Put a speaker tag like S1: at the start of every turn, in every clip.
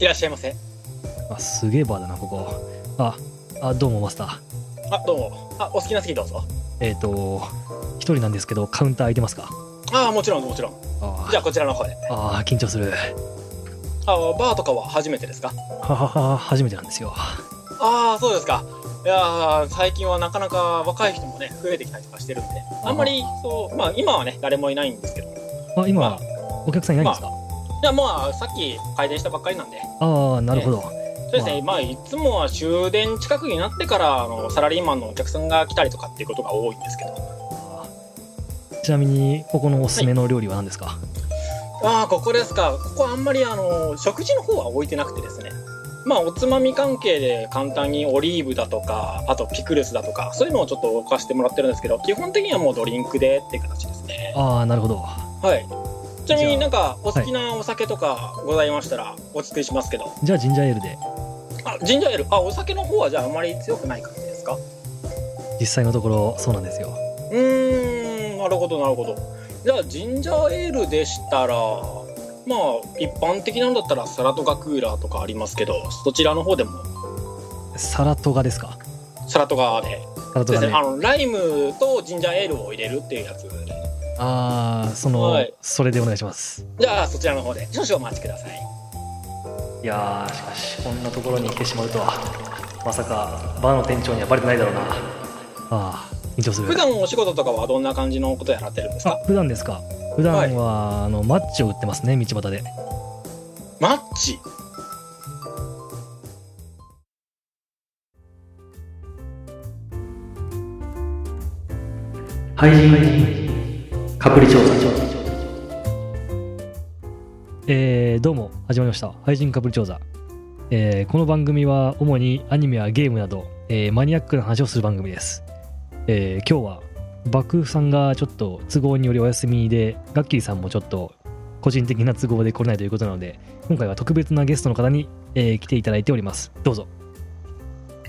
S1: いらっしゃいませ。
S2: あ、すげえバーだな、ここ。あ、あ、どうもマスター。
S1: あ、どうも。あ、お好きな席どうぞ。
S2: えっ、ー、と、一人なんですけど、カウンター空いてますか
S1: ああ、もちろん、もちろん。
S2: あ
S1: じゃあ、こちらの方で。
S2: あ、ああ緊張する。
S1: ああ、バーとかは初めてですか
S2: ははは、初めてなんですよ。
S1: ああ、そうですか。いやー最近はなかなか若い人もね、増えてきたりとかしてるんで、あんまり、そう、まあ、今はね、誰もいないんですけど。い
S2: あ、今、
S1: まあ
S2: お客さんいないんですか、
S1: や、まあ、さっき開店したばっかりなんで、
S2: ああ、なるほど。
S1: そうですね、まあ、いつもは終電近くになってから、あの、サラリーマンのお客さんが来たりとかっていうことが多いんですけど。
S2: あーちなみに、ここのおすすめの料理は何ですか、
S1: ああここですかここはあんまりあの食事の方は置いてなくてですねまあおつまみ関係で簡単にオリーブだとかあとピクルスだとかそういうのをちょっと置かせてもらってるんですけど基本的にはもうドリンクでって形ですね
S2: ああ、なるほど。
S1: はいちなみ
S2: じゃ
S1: に
S2: あ
S1: なんかお好きなお酒とかございましたらお作りしますけど、
S2: じゃあ、ジンジャーエールで、
S1: あジンジャーエールあお酒の方はじゃああんまり強くない感じですか
S2: 実際のところ、そうなんですよ。
S1: うーんなるほどなるほどじゃあジンジャーエールでしたらまあ一般的なんだったら皿とかクーラーとかありますけどそちらの方でも
S2: サラトガですか
S1: 皿とかで
S2: サラト
S1: で
S2: ガ
S1: す
S2: で。
S1: ねあのライムとジンジャーエールを入れるっていうやつで
S2: ああ、その、
S1: はい
S2: それでお願いします。
S1: じゃあそちらの方で少々お待ちください
S2: いやーしかしこんなところに来てしまうとはまさかバーの店長にはバレてないだろうなあー緊張する
S1: 普段お仕事とかはどんな感じのことやられてるんです
S2: あ
S1: か
S2: 普段ですか普段は、あのマッチを売ってますね道端で
S1: マッチ
S2: はい隔離調査えー、どうも始まりました廃人かぶり調査、えーこの番組は主にアニメやゲームなど、えーマニアックな話をする番組です、えー今日はバクさんがちょっと都合によりお休みでガッキーさんもちょっと個人的な都合で来れないということなので今回は特別なゲストの方に、えー来ていただいておりますどうぞ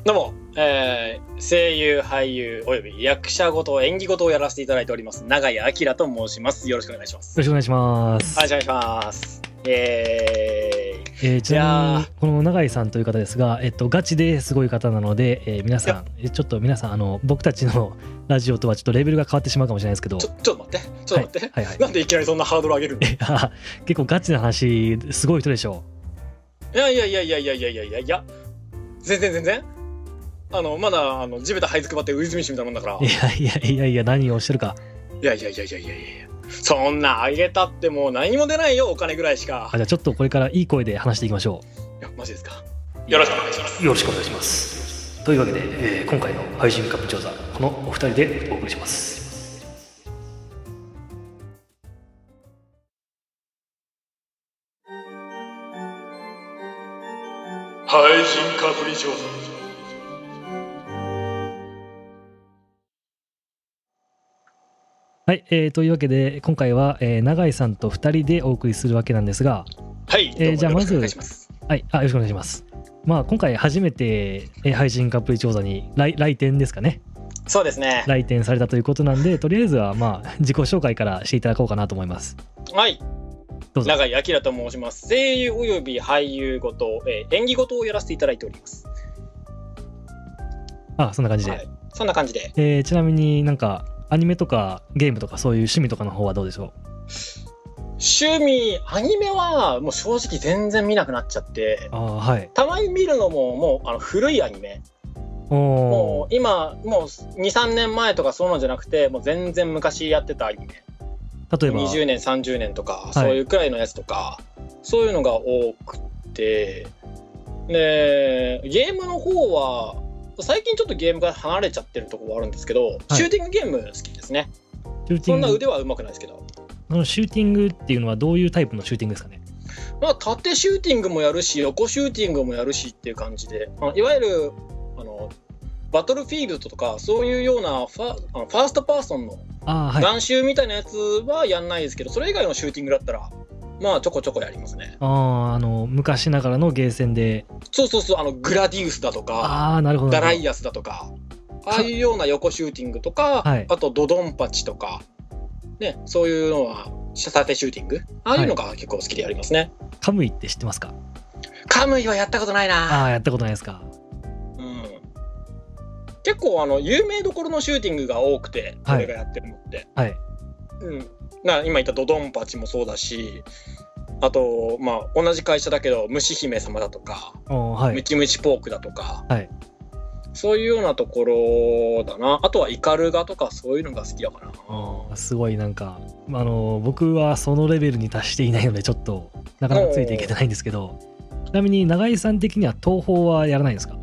S1: どうも、えー声優俳優および役者ごと演技ごとをやらせていただいております永井明と申しますよろしくお願いします
S2: よろしくお願いします
S1: はい、お願いします。え
S2: えーちなみ
S1: い
S2: に
S1: や
S2: この永井さんという方ですが、えっと、ガチですごい方なので、えー皆さんえーちょっと皆さんあの僕たちのラジオとはちょっとレベルが変わってしまうかもしれないですけど
S1: ー、ちょ、ちょっと待って、ちょっと待って。
S2: はいはい
S1: なんでいきなりそんなハードル上げるのい
S2: はい 結構ガチな話すごい人でしょ
S1: やいやいやいやいやいやいやいやいや、全然全然。あの、まだ、あの、地べた這いずくばって、ウィズミシみたいなもんだから。
S2: うい
S1: い
S2: やいやいやいや何をしてるか
S1: やいやいやいやいやいやそんな上げたってもう何も出ないよ、お金ぐらいしか
S2: あ。じゃあちょっとこれからいい声で話していきましょ
S1: いや、マジですか。よろしくお願いします。
S2: うよろしくお願いしますというわけで、えー今回の配信カップ調査このお二人でお送りします
S1: 廃人かぶり調査
S2: はい、えーというわけで今回は、えー永井さんと二人でお送りするわけなんですが
S1: はい、
S2: えーじゃあまず
S1: どうもよろしくお願いします。
S2: はい、あよろしくお願いします。まあ、今回初めてえー配信カップリ調査に来来店ですかね
S1: そうですね。
S2: 来店されたということなんでとりあえずはまあ自己紹介からしていただこうかなと思います
S1: はい。
S2: どうぞ
S1: 永井明と申します。声優および俳優ごと、えー演技ごとをやらせていただいております。
S2: あそんな感じで、
S1: はい。そんな感じで。
S2: えーちなみになんかアニメとかゲームとかそういう趣味とかの方はどうでしょ
S1: 趣味、アニメはもう正直全然見なくなっちゃって
S2: う、あーはい
S1: たまに見るのももうあの古いアニメ。
S2: お
S1: も
S2: お
S1: う今、もう2、3年前とかそうなんじゃなくて、もう全然昔やってたアニメ。
S2: 例えば
S1: 20年、30年とか、そういうくらいのやつとか、そういうのが多くて、で、ゲームの方は、最近ちょっとゲームから離れちゃってるところはあるんですけど、シューティングゲーム好きですね。
S2: シューティ
S1: そ
S2: ン
S1: ん
S2: グ
S1: な腕は上手くないですけど。
S2: あのシューティングっていうのはどういうタイプのシューティングですかね
S1: まあ、縦シューティングもやるし横シューティングもやるしっていう感じであのいわゆるあのバトルフィールドとかそういうようなファあのファーストパーソンの
S2: あーはい
S1: 眼臭みたいなやつはやんないですけど、それ以外のシューティングだったらまあちょこちょこやりますね
S2: あーあの昔ながらのゲーセンで
S1: そうそうそうあのグラディウスだとか
S2: ああなるほど
S1: ダ
S2: なるほ
S1: ラ
S2: ど
S1: イアスだとかああいうような横シューティングとか、
S2: はい
S1: あとドドンパチとか、ね、そういうのは射サテシューティングああいうのが結構好きでやりますね、
S2: カムイって知ってますか
S1: カムイはやったことないな
S2: ああやったことないですか
S1: うん結構あの有名どころのシューティングが多くて
S2: はい
S1: 俺がやってるのって、
S2: はい
S1: うん、な今言ったドドンパチもそうだしあとまあ同じ会社だけど虫姫様だとか
S2: おーは
S1: ム
S2: い
S1: チムチポークだとか、
S2: はい
S1: そういうようなところだなあとはイカルガとかそういうのが好きだから
S2: あーすごいなんかあの僕はそのレベルに達していないのでちょっとなかなかついていけてないんですけどちなみに永井さん的には東宝はやらないんですか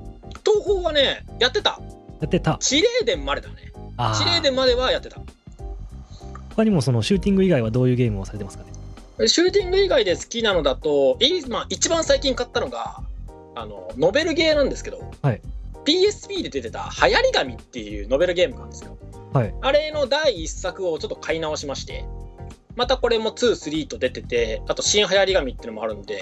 S1: 東宝はねやってた
S2: やってた
S1: 地霊伝までだね
S2: あ
S1: 地霊
S2: ー
S1: 伝まではやってた
S2: 他にもそのシューティング以外はどういうゲームをされてますかね
S1: シューティング以外で好きなのだと、いまあ、一番最近買ったのがあのノベルゲーなんですけど、
S2: はい、
S1: PSP で出てた「流行り神」っていうノベルゲームなんですよ
S2: はい
S1: あれの第一作をちょっと買い直しましてまたこれも23と出ててあと「新流行り神」っていうのもあるんで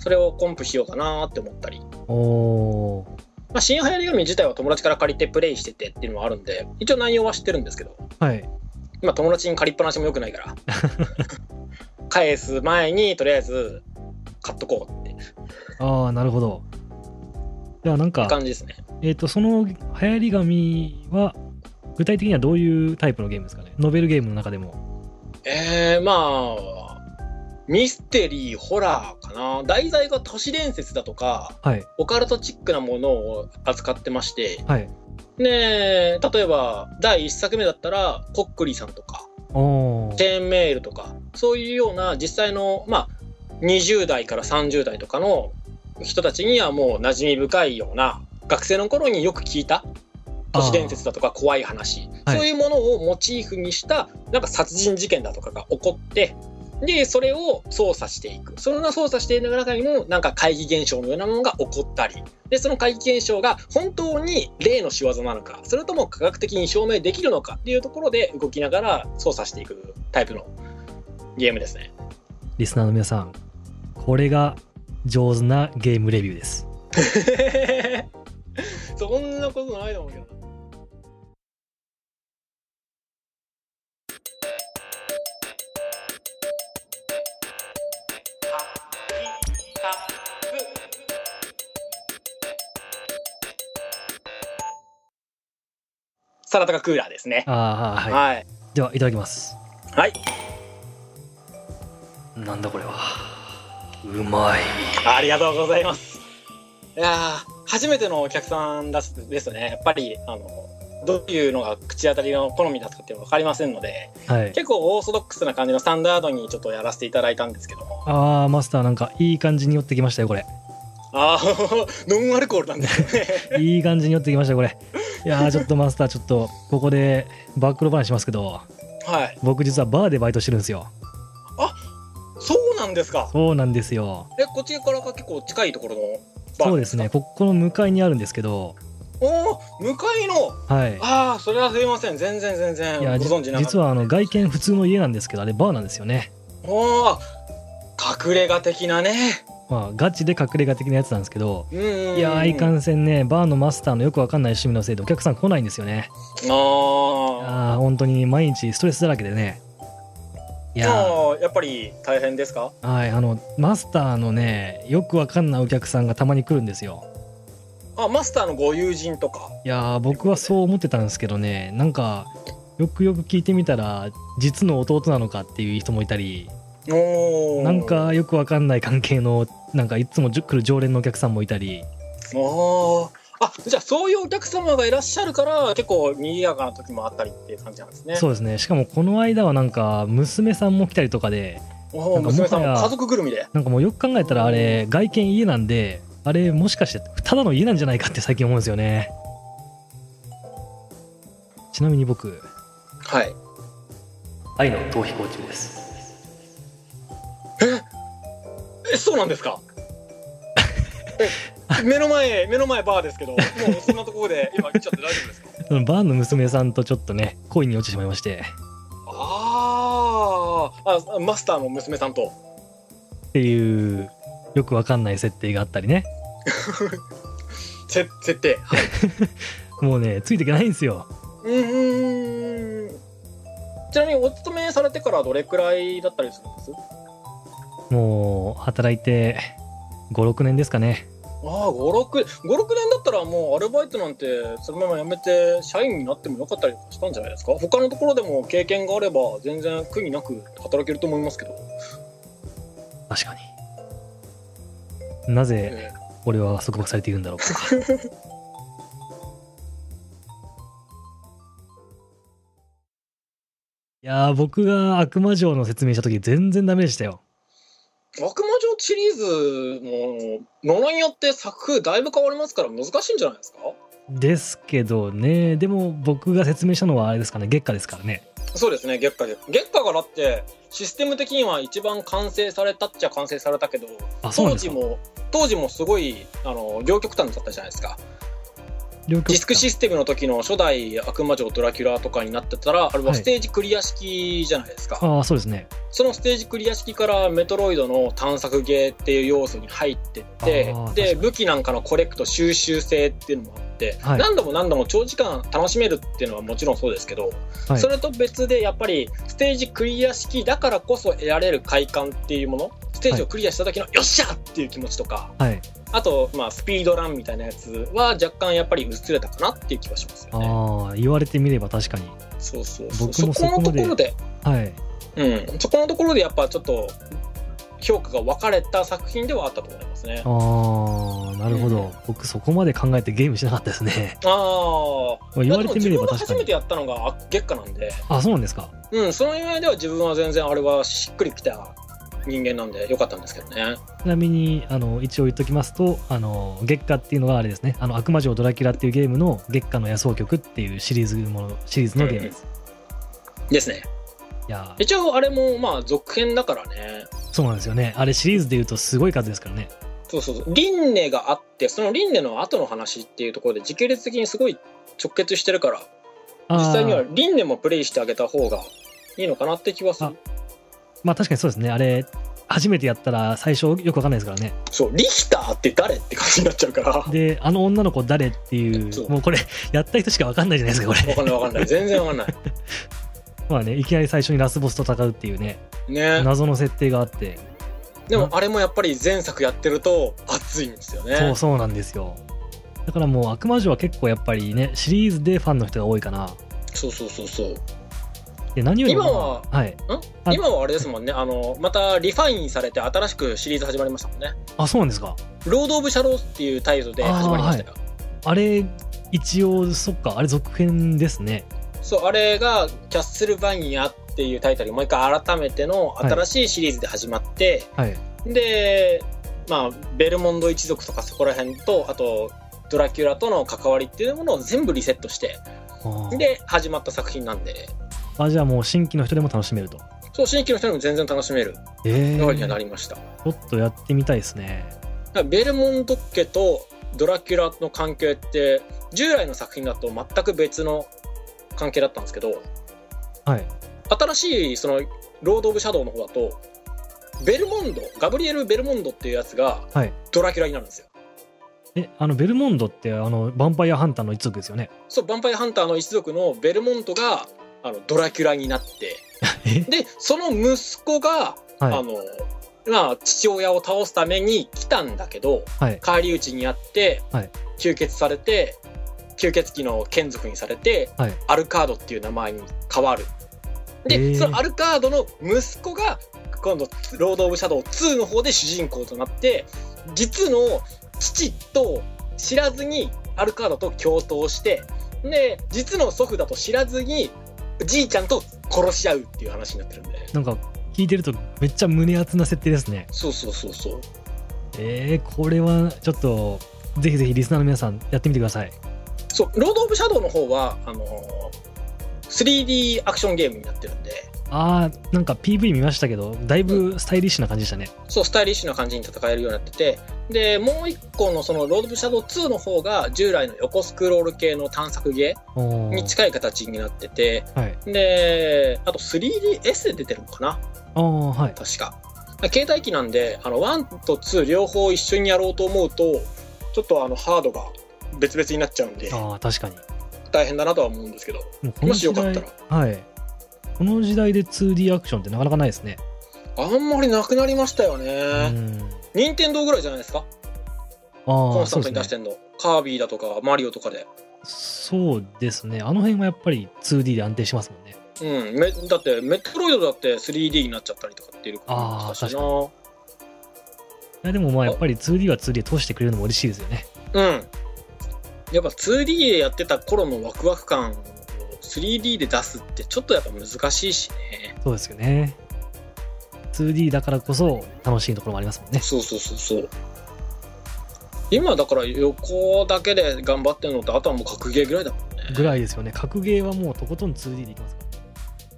S1: それをコンプしようかなーって思ったり、ま
S2: おー
S1: あ、新流行り神自体は友達から借りてプレイしててっていうのもあるんで一応内容は知ってるんですけど
S2: はい
S1: 今友達に借りっぱなしも良くないから返す前にとりあえず買っとこうって
S2: ああなるほどじゃあなんか
S1: 感じですね
S2: えっ、と、その流行り紙は、具体的にはどういうタイプのゲームですかねノベルゲームの中でも。
S1: えー、まあミステリーホラーかな題材が都市伝説だとか
S2: はい、
S1: オカルトチックなものを扱ってまして
S2: はい。
S1: ねえ例えば第1作目だったらコックリさんとか
S2: おー
S1: チェーンメールとかそういうような実際のまあ20代から30代とかの人たちにはもう馴染み深いような学生の頃によく聞いた都市伝説だとか怖い話
S2: はい
S1: そういうものをモチーフにしたなんか殺人事件だとかが起こってでそれを捜査していくその捜査している中にもなんか怪奇現象のようなものが起こったりでその怪奇現象が本当に例の仕業なのかそれとも科学的に証明できるのかっていうところで動きながら操作していくタイプのゲームですね。
S2: リスナーの皆さん、これが上手なゲームレビューです。
S1: そんなことないと思うけどなサラダがクーラーですね。
S2: ああ、は
S1: はい。
S2: い。では、いただきます。
S1: はい。
S2: なんだこれは。うまい。
S1: ありがとうございます。いやー初めてのお客さんだすですね。やっぱり、あの、どういうのが口当たりの好みだったかっていうのは分かりませんので、
S2: はい。
S1: 結構オーソドックスな感じのスタンダードにちょっとやらせていただいたんですけども。
S2: ああ、マスター、なんかいい感じに寄ってきましたよ、これ。
S1: ああ、ノンアルコールなんですね。
S2: いい感じに寄ってきましたよ、これ。いやー、ちょっとマスター、ちょっと、ここで暴露話しますけど、
S1: はい。
S2: 僕実はバーでバイトしてるんですよ。
S1: そうなんですか。
S2: そうなんですよ。
S1: え、こっちからが結構近いところのバー
S2: そうですね。。ここの向かいにあるんですけど、
S1: おお、向かいの。
S2: はい。
S1: ああ、それはすいません。全然全然
S2: いや、
S1: ご
S2: じ
S1: 存知なかった。
S2: 実はあの外見普通の家なんですけど、あれバーなんですよね。
S1: おお、隠れ家的なね。
S2: まあ、ガチで隠れ家的なやつなんですけど、
S1: うんうんうん。
S2: いやー、いか
S1: あ
S2: んせんね、バーのマスターのよくわかんない趣味のせいでお客さん来ないんですよね。
S1: あ。
S2: ああ、本当に毎日ストレスだらけでね。い
S1: じゃ
S2: や
S1: あやっぱり大変ですか
S2: ー、はい、あの、マスターのね、よくわかんないお客さんがたまに来るんですよ。
S1: あマスターのご友人とか
S2: いやー僕はそう思ってたんですけどねなんかよくよく聞いてみたら実の弟なのかっていう人もいたり
S1: おー
S2: なんかよくわかんない関係のなんかいつもじゅ来る常連のお客さんもいたり
S1: おーあじゃあそういうお客様がいらっしゃるから結構賑やかな時もあったりっていう感じなんですね
S2: そうですねしかもこの間はなんか娘さんも来たりとかで
S1: おー
S2: なんかもはや
S1: 娘さんも家族ぐるみで
S2: なんかもうよく考えたらあれ外見家なんであれもしかしてただの家なんじゃないかって最近思うんですよねちなみに僕
S1: はい
S2: 愛の逃避行中です
S1: えそうなん ですかえ目の前目の前バーですけどもうそんなところで今来ちゃって大丈夫ですか
S2: そのバーンの娘さんとちょっとね恋に落ちてしまいまして
S1: あーあマスターの娘さんと
S2: っていうよくわかんない設定があったりね
S1: せ設定はい
S2: もうねついていけないんですよ
S1: うーんちなみにお勤めされてからどれくらいだったりするんです
S2: もう働いて56年ですかね
S1: ああ5656年だったらもうアルバイトなんてそのまま辞めて社員になってもよかったりとかしたんじゃないですか他のところでも経験があれば全然苦になく働けると思いますけど、
S2: 確かになぜ
S1: ええ
S2: 俺は束縛されているんだろうかいやー僕が悪魔城の説明した時全然ダメでしたよ
S1: 悪魔城シリーズの野良によって作風だいぶ変わりますから難しいんじゃないですか
S2: ですけどねでも僕が説明したのはあれですかね月下ですからね
S1: そうですね月下で月下がだってシステム的には一番完成されたっちゃ完成されたけど
S2: あそう
S1: 当
S2: なんです
S1: 時
S2: か
S1: も当時もすごいあの両極端だったじゃないですか
S2: 両極
S1: ディスクシステムの時の初代悪魔城ドラキュラとかになってたらあれ
S2: は
S1: はいステージクリア式じゃないですか、
S2: ああそうですね
S1: そのステージクリア式からメトロイドの探索ゲーっていう要素に入ってって
S2: あー確
S1: で
S2: か
S1: 武器なんかのコレクト収集性っていうのもあって、
S2: はい
S1: 何度も何度も長時間楽しめるっていうのはもちろんそうですけど、
S2: はい
S1: それと別でやっぱりステージクリア式だからこそ得られる快感っていうものステージをクリアした時のよっしゃっていう気持ちとか、
S2: はい
S1: あと、まあ、スピードランみたいなやつは若干やっぱり薄れたかなっていう気はしますよね。
S2: ああ言われてみれば確かに
S1: そうそうそう
S2: 僕も
S1: そこの
S2: そことまで
S1: ころで、
S2: はい
S1: うん、そこのところでやっぱちょっと評価が分かれた作品ではあったと思いますね。あ
S2: ああなるほど、僕そこまで考えてゲームしなかったで すね
S1: あー、
S2: 言わ
S1: いやで
S2: れてみれば
S1: も自分が
S2: 確か
S1: 初め
S2: に
S1: てやったのがあ月下なんで、
S2: あそうなんですか
S1: うん、その意味では自分は全然あれはしっくりきた人間なんでよかったんですけどね。
S2: ちなみにあの一応言っときますとあの月下っていうのはあれですね「あの悪魔城ドラキュラ」っていうゲームの月下の野草曲っていうシリーズものシリーズのゲームです、
S1: ですね。
S2: いやー
S1: 一応あれもまあ続編だからね。
S2: そうなんですよねあれシリーズでいうとすごい数ですからね
S1: そうそうそう。輪廻があって、その輪廻の後の話っていうところで時系列的にすごい直結してるから、
S2: あー
S1: 実際には輪廻もプレイしてあげた方がいいのかなって気はする。
S2: まあ確かにそうですねあれ初めてやったら最初よくわかんないですからね
S1: そう、リヒターって誰って感じになっちゃう から。わ
S2: であの女の子誰ってい
S1: そう
S2: うもうこれやった人しかわかんないじゃないですかこれ
S1: かんないわかんない。全然わかんない。
S2: まあねいきなり最初にラスボスと戦うっていうね
S1: ね。
S2: 謎の設定があって
S1: でもあれもやっぱり前作やってると熱いんですよね。
S2: そうそうなんですよだからもう悪魔城は結構やっぱりねシリーズでファンの人が多いかな
S1: そうそうそうそう。
S2: で何よりも
S1: 今は
S2: はいあ
S1: 今はあれですもんね。あの、またリファインされて新しくシリーズ始まりましたもんね。
S2: あそうなんですか
S1: ロード・オブ・シャローっていうタイトルで始まりましたよ。
S2: あれ一応そっかあれ続編ですね
S1: そう、あれがキャッスルバニアっていうタイトルにもう一回改めての新しいシリーズで始まって、
S2: はい
S1: で、まあ、ベルモンド一族とかそこら辺とあとドラキュラとの関わりっていうものを全部リセットして
S2: あー
S1: で始まった作品なんで
S2: あじゃあもう新規の人でも楽しめると
S1: そう新規の人にも全然楽しめる
S2: え
S1: ようにはな
S2: ー、ち
S1: りました、だか
S2: ょっとやってみたいですね
S1: らベルモンド家とドラキュラの関係って従来の作品だと全く別の関係だったんですけど
S2: はい
S1: 新しいそのロード・オブ・シャドウの方だとベルモンドガブリエル・ベルモンドっていうやつが
S2: はい
S1: ドラキュラになるんですよ
S2: えあのベルモンドってあのヴァンパイアハンターの一族ですよね
S1: そう、ヴァンパイアハンターの一族のベルモントがあのドラキュラになって、
S2: え
S1: で、その息子が、
S2: はい
S1: あの、まあ、父親を倒すために来たんだけど、
S2: はい
S1: 返り討ちにあって、
S2: はい
S1: 吸血されて、吸血鬼の眷属にされて、
S2: はい
S1: アルカードっていう名前に変わる。で、
S2: えー
S1: そのアルカードの息子が、今度、ロード・オブ・シャドウ2の方で主人公となって、実の父と知らずにアルカードと共闘して、で、実の祖父だと知らずに、じいちゃんと殺し合うっていう話になってるんで。
S2: なんか聞いてるとめっちゃ胸熱な設定ですね
S1: そうそうそうそう。
S2: えー、これはちょっとぜひぜひリスナーの皆さんやってみてください
S1: そう、ロード・オブ・シャドウの方は、あのー 3D アクションゲームになってるんで、
S2: あーなんか PV 見ましたけどだいぶスタイリッシュな感じでしたね
S1: そう、スタイリッシュな感じに戦えるようになってて、で、もう一個のそのロード・オブ・シャドウ2の方が、従来の横スクロール系の探索ゲ
S2: お
S1: ー
S2: ー
S1: に近い形になってて、
S2: はい
S1: で、あと 3DS で出てるのかな
S2: あーはい
S1: 確か。携帯機なんで、あの、1と2両方一緒にやろうと思うと、ちょっとあの、ハードが別々になっちゃうんで、
S2: あー確かに
S1: 大変だなとは思うんですけど、
S2: もうこ
S1: も
S2: の
S1: しよ
S2: 時
S1: かっ
S2: 代
S1: たら。
S2: はいここの時代で 2D アクションってなかなかないですね。
S1: あんまりなくなりましたよ
S2: う
S1: ね。
S2: ん。
S1: 任天堂ぐらいじゃないですか。コ
S2: ああ、
S1: ンスタ
S2: そう
S1: ントに
S2: で
S1: 出し
S2: すね。
S1: てんの。カービィだとかマリオとかで。
S2: そうですね。あの辺はやっぱり 2D で安定しますもんね。
S1: うん。めだってメトロイドだって 3D になっちゃったりとかっていうこともしたしな。
S2: いやでもまあやっぱり 2D は 2D で通してくれるのも嬉しいですよね。
S1: うん。やっぱ 2D でやってた頃のワクワク感を 3D で出すってちょっとやっぱ難しいしね。
S2: そうですよね。2D だからこそ楽しいところもありますもんね。
S1: そうそうそうそう。今だから横だけで頑張ってるのってあとはもう格ゲーぐらいだもんね。
S2: ぐらいですよね。格ゲーはもうとことん 2D でいきますから。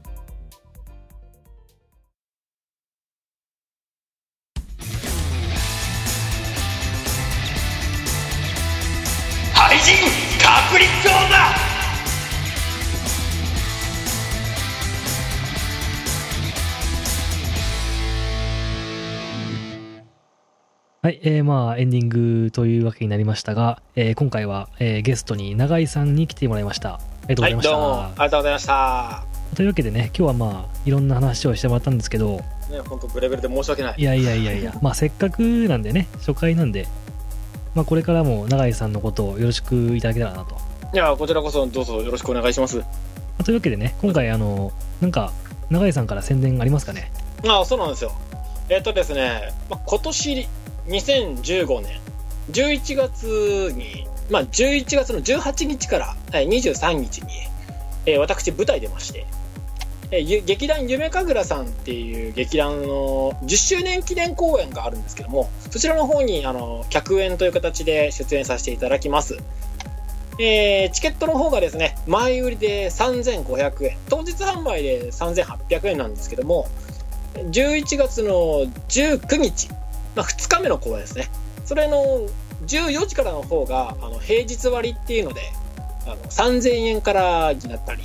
S3: 廃人確率王だ
S2: はい、えーまあエンディングというわけになりましたが、えー今回は、えーゲストに永井さんに来てもらいました。ありがとうございました。
S1: ありがとうございました。
S2: というわけでね、今日はまあいろんな話をしてもらったんですけど、
S1: ね、本当ブレブレで申し訳ない
S2: い。やいやいやいや、まあせっかくなんでね、初回なんで、まあこれからも永井さんのことをよろしくいただけたらなと。
S1: いや、こちらこそどうぞよろしくお願いします。
S2: まあというわけでね、今回あの、なんか永井さんから宣伝ありますかね。
S1: あそうなんですよ。えっ、とですね、まあ、今年2015年11月に、まあ、11月の18日からえー23日に、えー私舞台出まして、えーゆ劇団夢神楽さんっていう劇団の10周年記念公演があるんですけどもそちらの方にあの客演という形で出演させていただきます。えーチケットの方がですね前売りで3500円当日販売で3800円なんですけども、11月の19日、まあ、2日目の公演ですねそれの14時からの方があの平日割っていうのであの3000円からになったり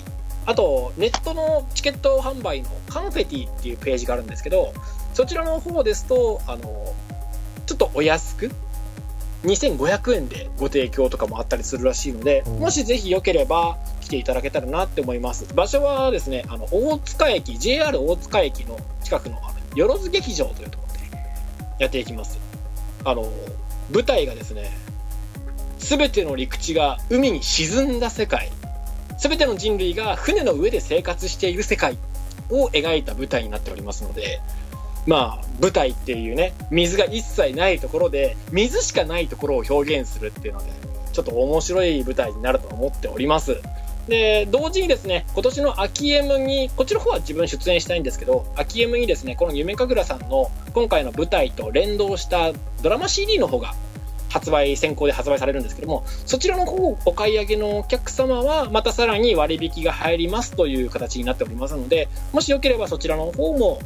S1: あとネットのチケット販売のカンフェティっていうページがあるんですけどそちらの方ですとあのちょっとお安く2500円でご提供とかもあったりするらしいので、
S2: うん
S1: もしぜひよければ来ていただけたらなって思います場所はですねあの大塚駅 JR 大塚駅の近くのあのよろず劇場というところでやっていきますあの舞台がですね全ての陸地が海に沈んだ世界全ての人類が船の上で生活している世界を描いた舞台になっておりますのでまあ舞台っていうね水が一切ないところで水しかないところを表現するっていうのでちょっと面白い舞台になると思っておりますで同時にですね今年の秋 M にこっちの方は自分出演したいんですけど秋 M にですねこの夢神楽さんの今回の舞台と連動したドラマ CD の方が発売先行で発売されるんですけどもそちらの方をお買い上げのお客様はまたさらに割引が入りますという形になっておりますのでもしよければそちらの方も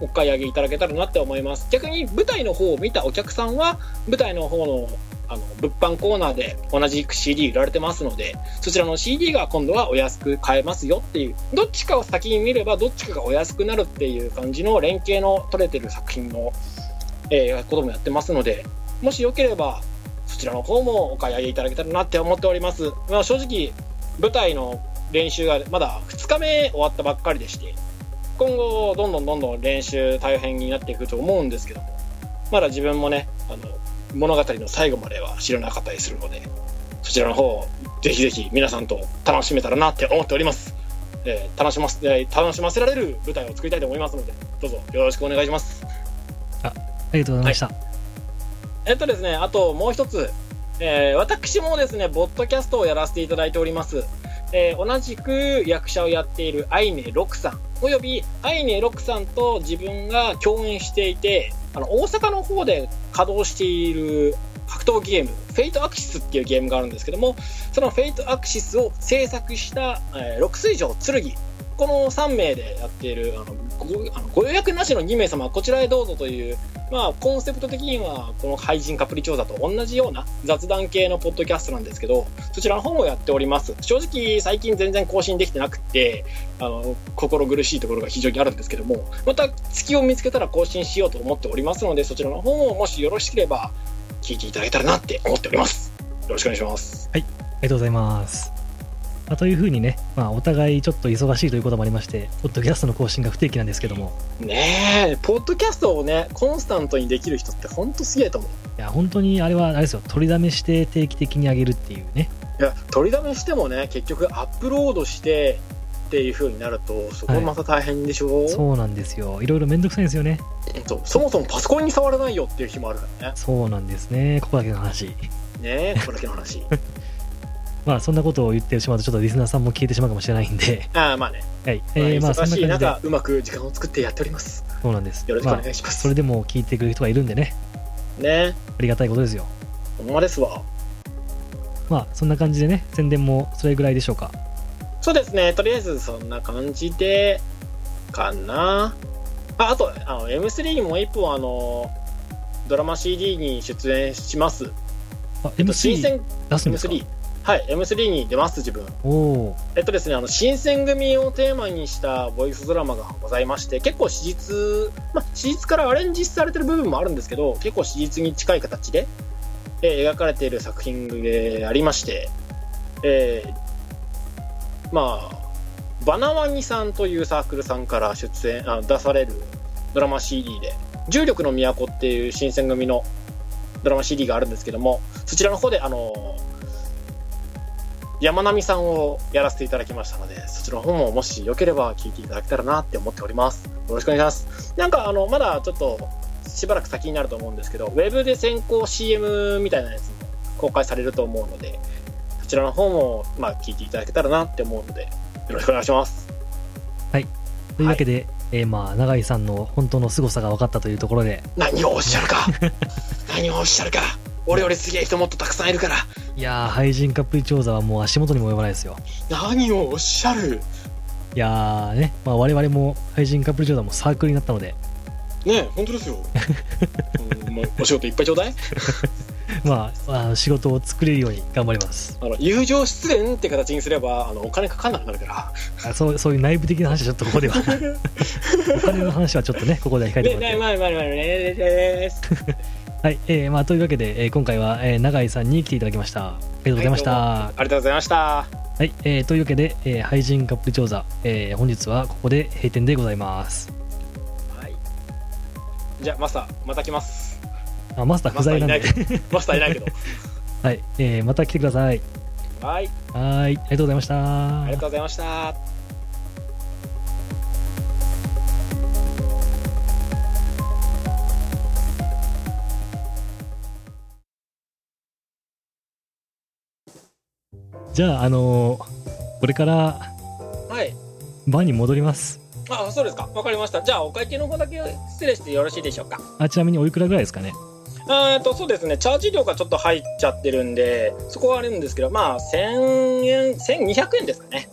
S1: お買い上げいただけたらなって思います逆に舞台の方を見たお客さんは舞台の方のあの物販コーナーで同じく CD 売られてますのでそちらの CD が今度はお安く買えますよっていうどっちかを先に見ればどっちかがお安くなるっていう感じの連携の取れてる作品の、えーこともやってますのでもしよければそちらの方もお買い上げいただけたらなって思っております、まあ、正直舞台の練習がまだ2日目終わったばっかりでして今後どんどんどんどん練習大変になっていくと思うんですけどもまだ自分もねあの物語の最後までは知らなかったりするのでそちらの方をぜひぜひ皆さんと楽しめたらなって思っております、えー楽しませえー楽しませられる舞台を作りたいと思いますのでどうぞよろしくお願いします
S2: ありがとうございました。
S1: えっとですね、あともう一つ、えー私もですね、ボッドキャストをやらせていただいております。えー同じく役者をやっているアイネロクさん、およびアイネロクさんと自分が共演していて、あの、大阪の方で稼働している格闘ゲーム、フェイトアクシスっていうゲームがあるんですけども、そのフェイトアクシスを制作した、えー、六水城剣、この3名でやっているあのごあのご予約なしの2名様こちらへどうぞというまあ、コンセプト的にはこの廃人カプリ調査と同じような雑談系のポッドキャストなんですけどそちらの方もやっております正直最近全然更新できてなくてあの心苦しいところが非常にあるんですけどもまた月を見つけたら更新しようと思っておりますのでそちらの方ももしよろしければ聞いていただけたらなって思っておりますよろしくお願いします
S2: ありがとうございます。まあ、というふうにね、まあ、お互いちょっと忙しいということもありまして、ポッドキャストの更新が不定期なんですけども、
S1: ねえポッドキャストをねコンスタントにできる人ってほんとすげえと思う
S2: いや、本当にあれはあれですよ、取りだめして定期的に上げるっていうね、
S1: いや取りだめしてもね結局アップロードしてっていう風になるとそこまた大変でしょ、
S2: そうなんですよ、いろいろめんどくさいんですよね。
S1: そうそもそもパソコンに触らないよっていう日もあるからね
S2: そうなんですね、ここだけの話。
S1: ね えこれだけの話
S2: まあ、そんなことを言ってしまうと、ちょっとリスナーさんも消えてしまうかもしれない んで、
S1: ああまあね、
S2: はい、
S1: まあ
S2: えーまあ、そ
S1: 忙
S2: んな
S1: しい
S2: 感じで
S1: 中、うまく時間を作ってやっております
S2: そうなんです。
S1: よろしくお
S2: ま
S1: 願いしま
S2: あ
S1: す、
S2: それでも聞いてくれる人がいるんでね、
S1: ね
S2: ありがたいことですよ。
S1: ほんまですわ
S2: まあ、そんな感じでね、宣伝もそれぐらいでしょうか。
S1: そうですねとりあえずそんな感じでかなああとあの M3 にもう一本あのドラマ CD に出演します
S2: あ、
S1: 新
S2: M3
S1: 選
S2: 出すんですか
S1: M3 はい M3 に出ます自分
S2: おお
S1: えっとですね、あの新選組をテーマにしたボイスドラマがございまして、結構史実、まあ、史実からアレンジされてる部分もあるんですけど、結構史実に近い形で、えー描かれている作品でありまして、えーまあ、バナワニさんというサークルさんから出演あ出されるドラマ CD で、重力の都っていう新選組のドラマ CD があるんですけども、そちらの方で、あの山並さんをやらせていただきましたので、そちらの方ももしよければ聞いていただけたらなって思っております。よろしくお願いします。なんかあの、まだちょっとしばらく先になると思うんですけど、ウェブで先行 CM みたいなやつも公開されると思うので、そちらの方もまあ聞いていただけたらなって思うので、よろしくお願いします。
S2: というわけで、えーまあ、永井さんの本当の凄さが分かったというところで、
S1: 何をおっしゃるか何をおっしゃるか俺よりすげえ人もっとたくさんいるから
S2: いやー、廃人カップリ調査はもう足元にも及ばないですよ。
S1: 何をおっしゃる
S2: いやーね、まあ、我々も廃人カップリ調査もサークルになったので、
S1: ねえ、本当ですよ。うんもうお仕事いっぱいちょうだい。
S2: まあ、あの仕事を作れるように頑張ります。
S1: あの友情出演って形にすればあのお金かかんなくなるか
S2: あそうそういう内部的な話はちょっとこ こでは。お金の話はちょっとね、ここでは控
S1: ら。
S2: えて
S1: ね
S2: もら
S1: ねまあ
S2: って。
S1: まあまあねです。
S2: はい、えーまあ、というわけで、えー今回は、えー永井さんに来ていただきました。ありがとうございました。は
S1: ありがとうございました。
S2: い、えーというわけで、えー、廃人カップリ調査、えー本日はここで閉店でございます。
S1: はい。じゃあマスターまた来ます。
S2: あマスター
S1: マ
S2: 不
S1: スター
S2: 在
S1: い
S2: なん
S1: ない
S2: で
S1: け。ど。マスターいないけど。
S2: はい、えーまた来てください。
S1: はい。
S2: はーい、ありがとうございました。
S1: ありがとうございました。
S2: じゃあ、あのーこれから
S1: はい。
S2: バーに戻ります。
S1: あそうですか。わかりました。じゃあお会計の方だけ失礼してよろしいでしょうか。
S2: あ、ちなみにおいくらぐらいですかね。
S1: えーとそうですね、チャージ料がちょっと入っちゃってるんで、そこはあるんですけど、まあ、1000円、1200円ですかね。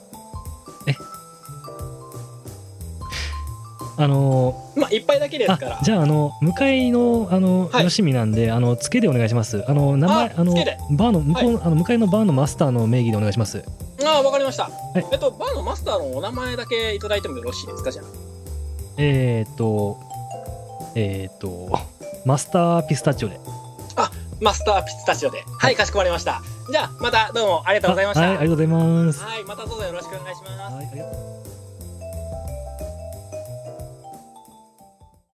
S2: あの
S1: まあ、一杯だけで
S2: ー
S1: すから。
S2: あ、じゃあ、あの、向かいの、あの、
S1: はい
S2: 吉見なんで、あの、つけでお願いします。あの、名前、
S1: あ
S2: あの
S1: つけで、
S2: バーの、向こうの、あの、向かいのバーのマスターの名義でお願いします。
S1: ああ、わかりました。
S2: い
S1: えっと、バーのマスターのお名前だけいただいてもよろしいですか、じゃあ。
S2: えーっと、えーっと、マスターピスタチオで。
S1: マスターピスタチオで。はい、かしこまりました。じゃあ、またどうもありがとうございました。
S2: はい、ありがとうございます。
S1: はい、またどうぞよろしくお願いします。
S2: はいありがとう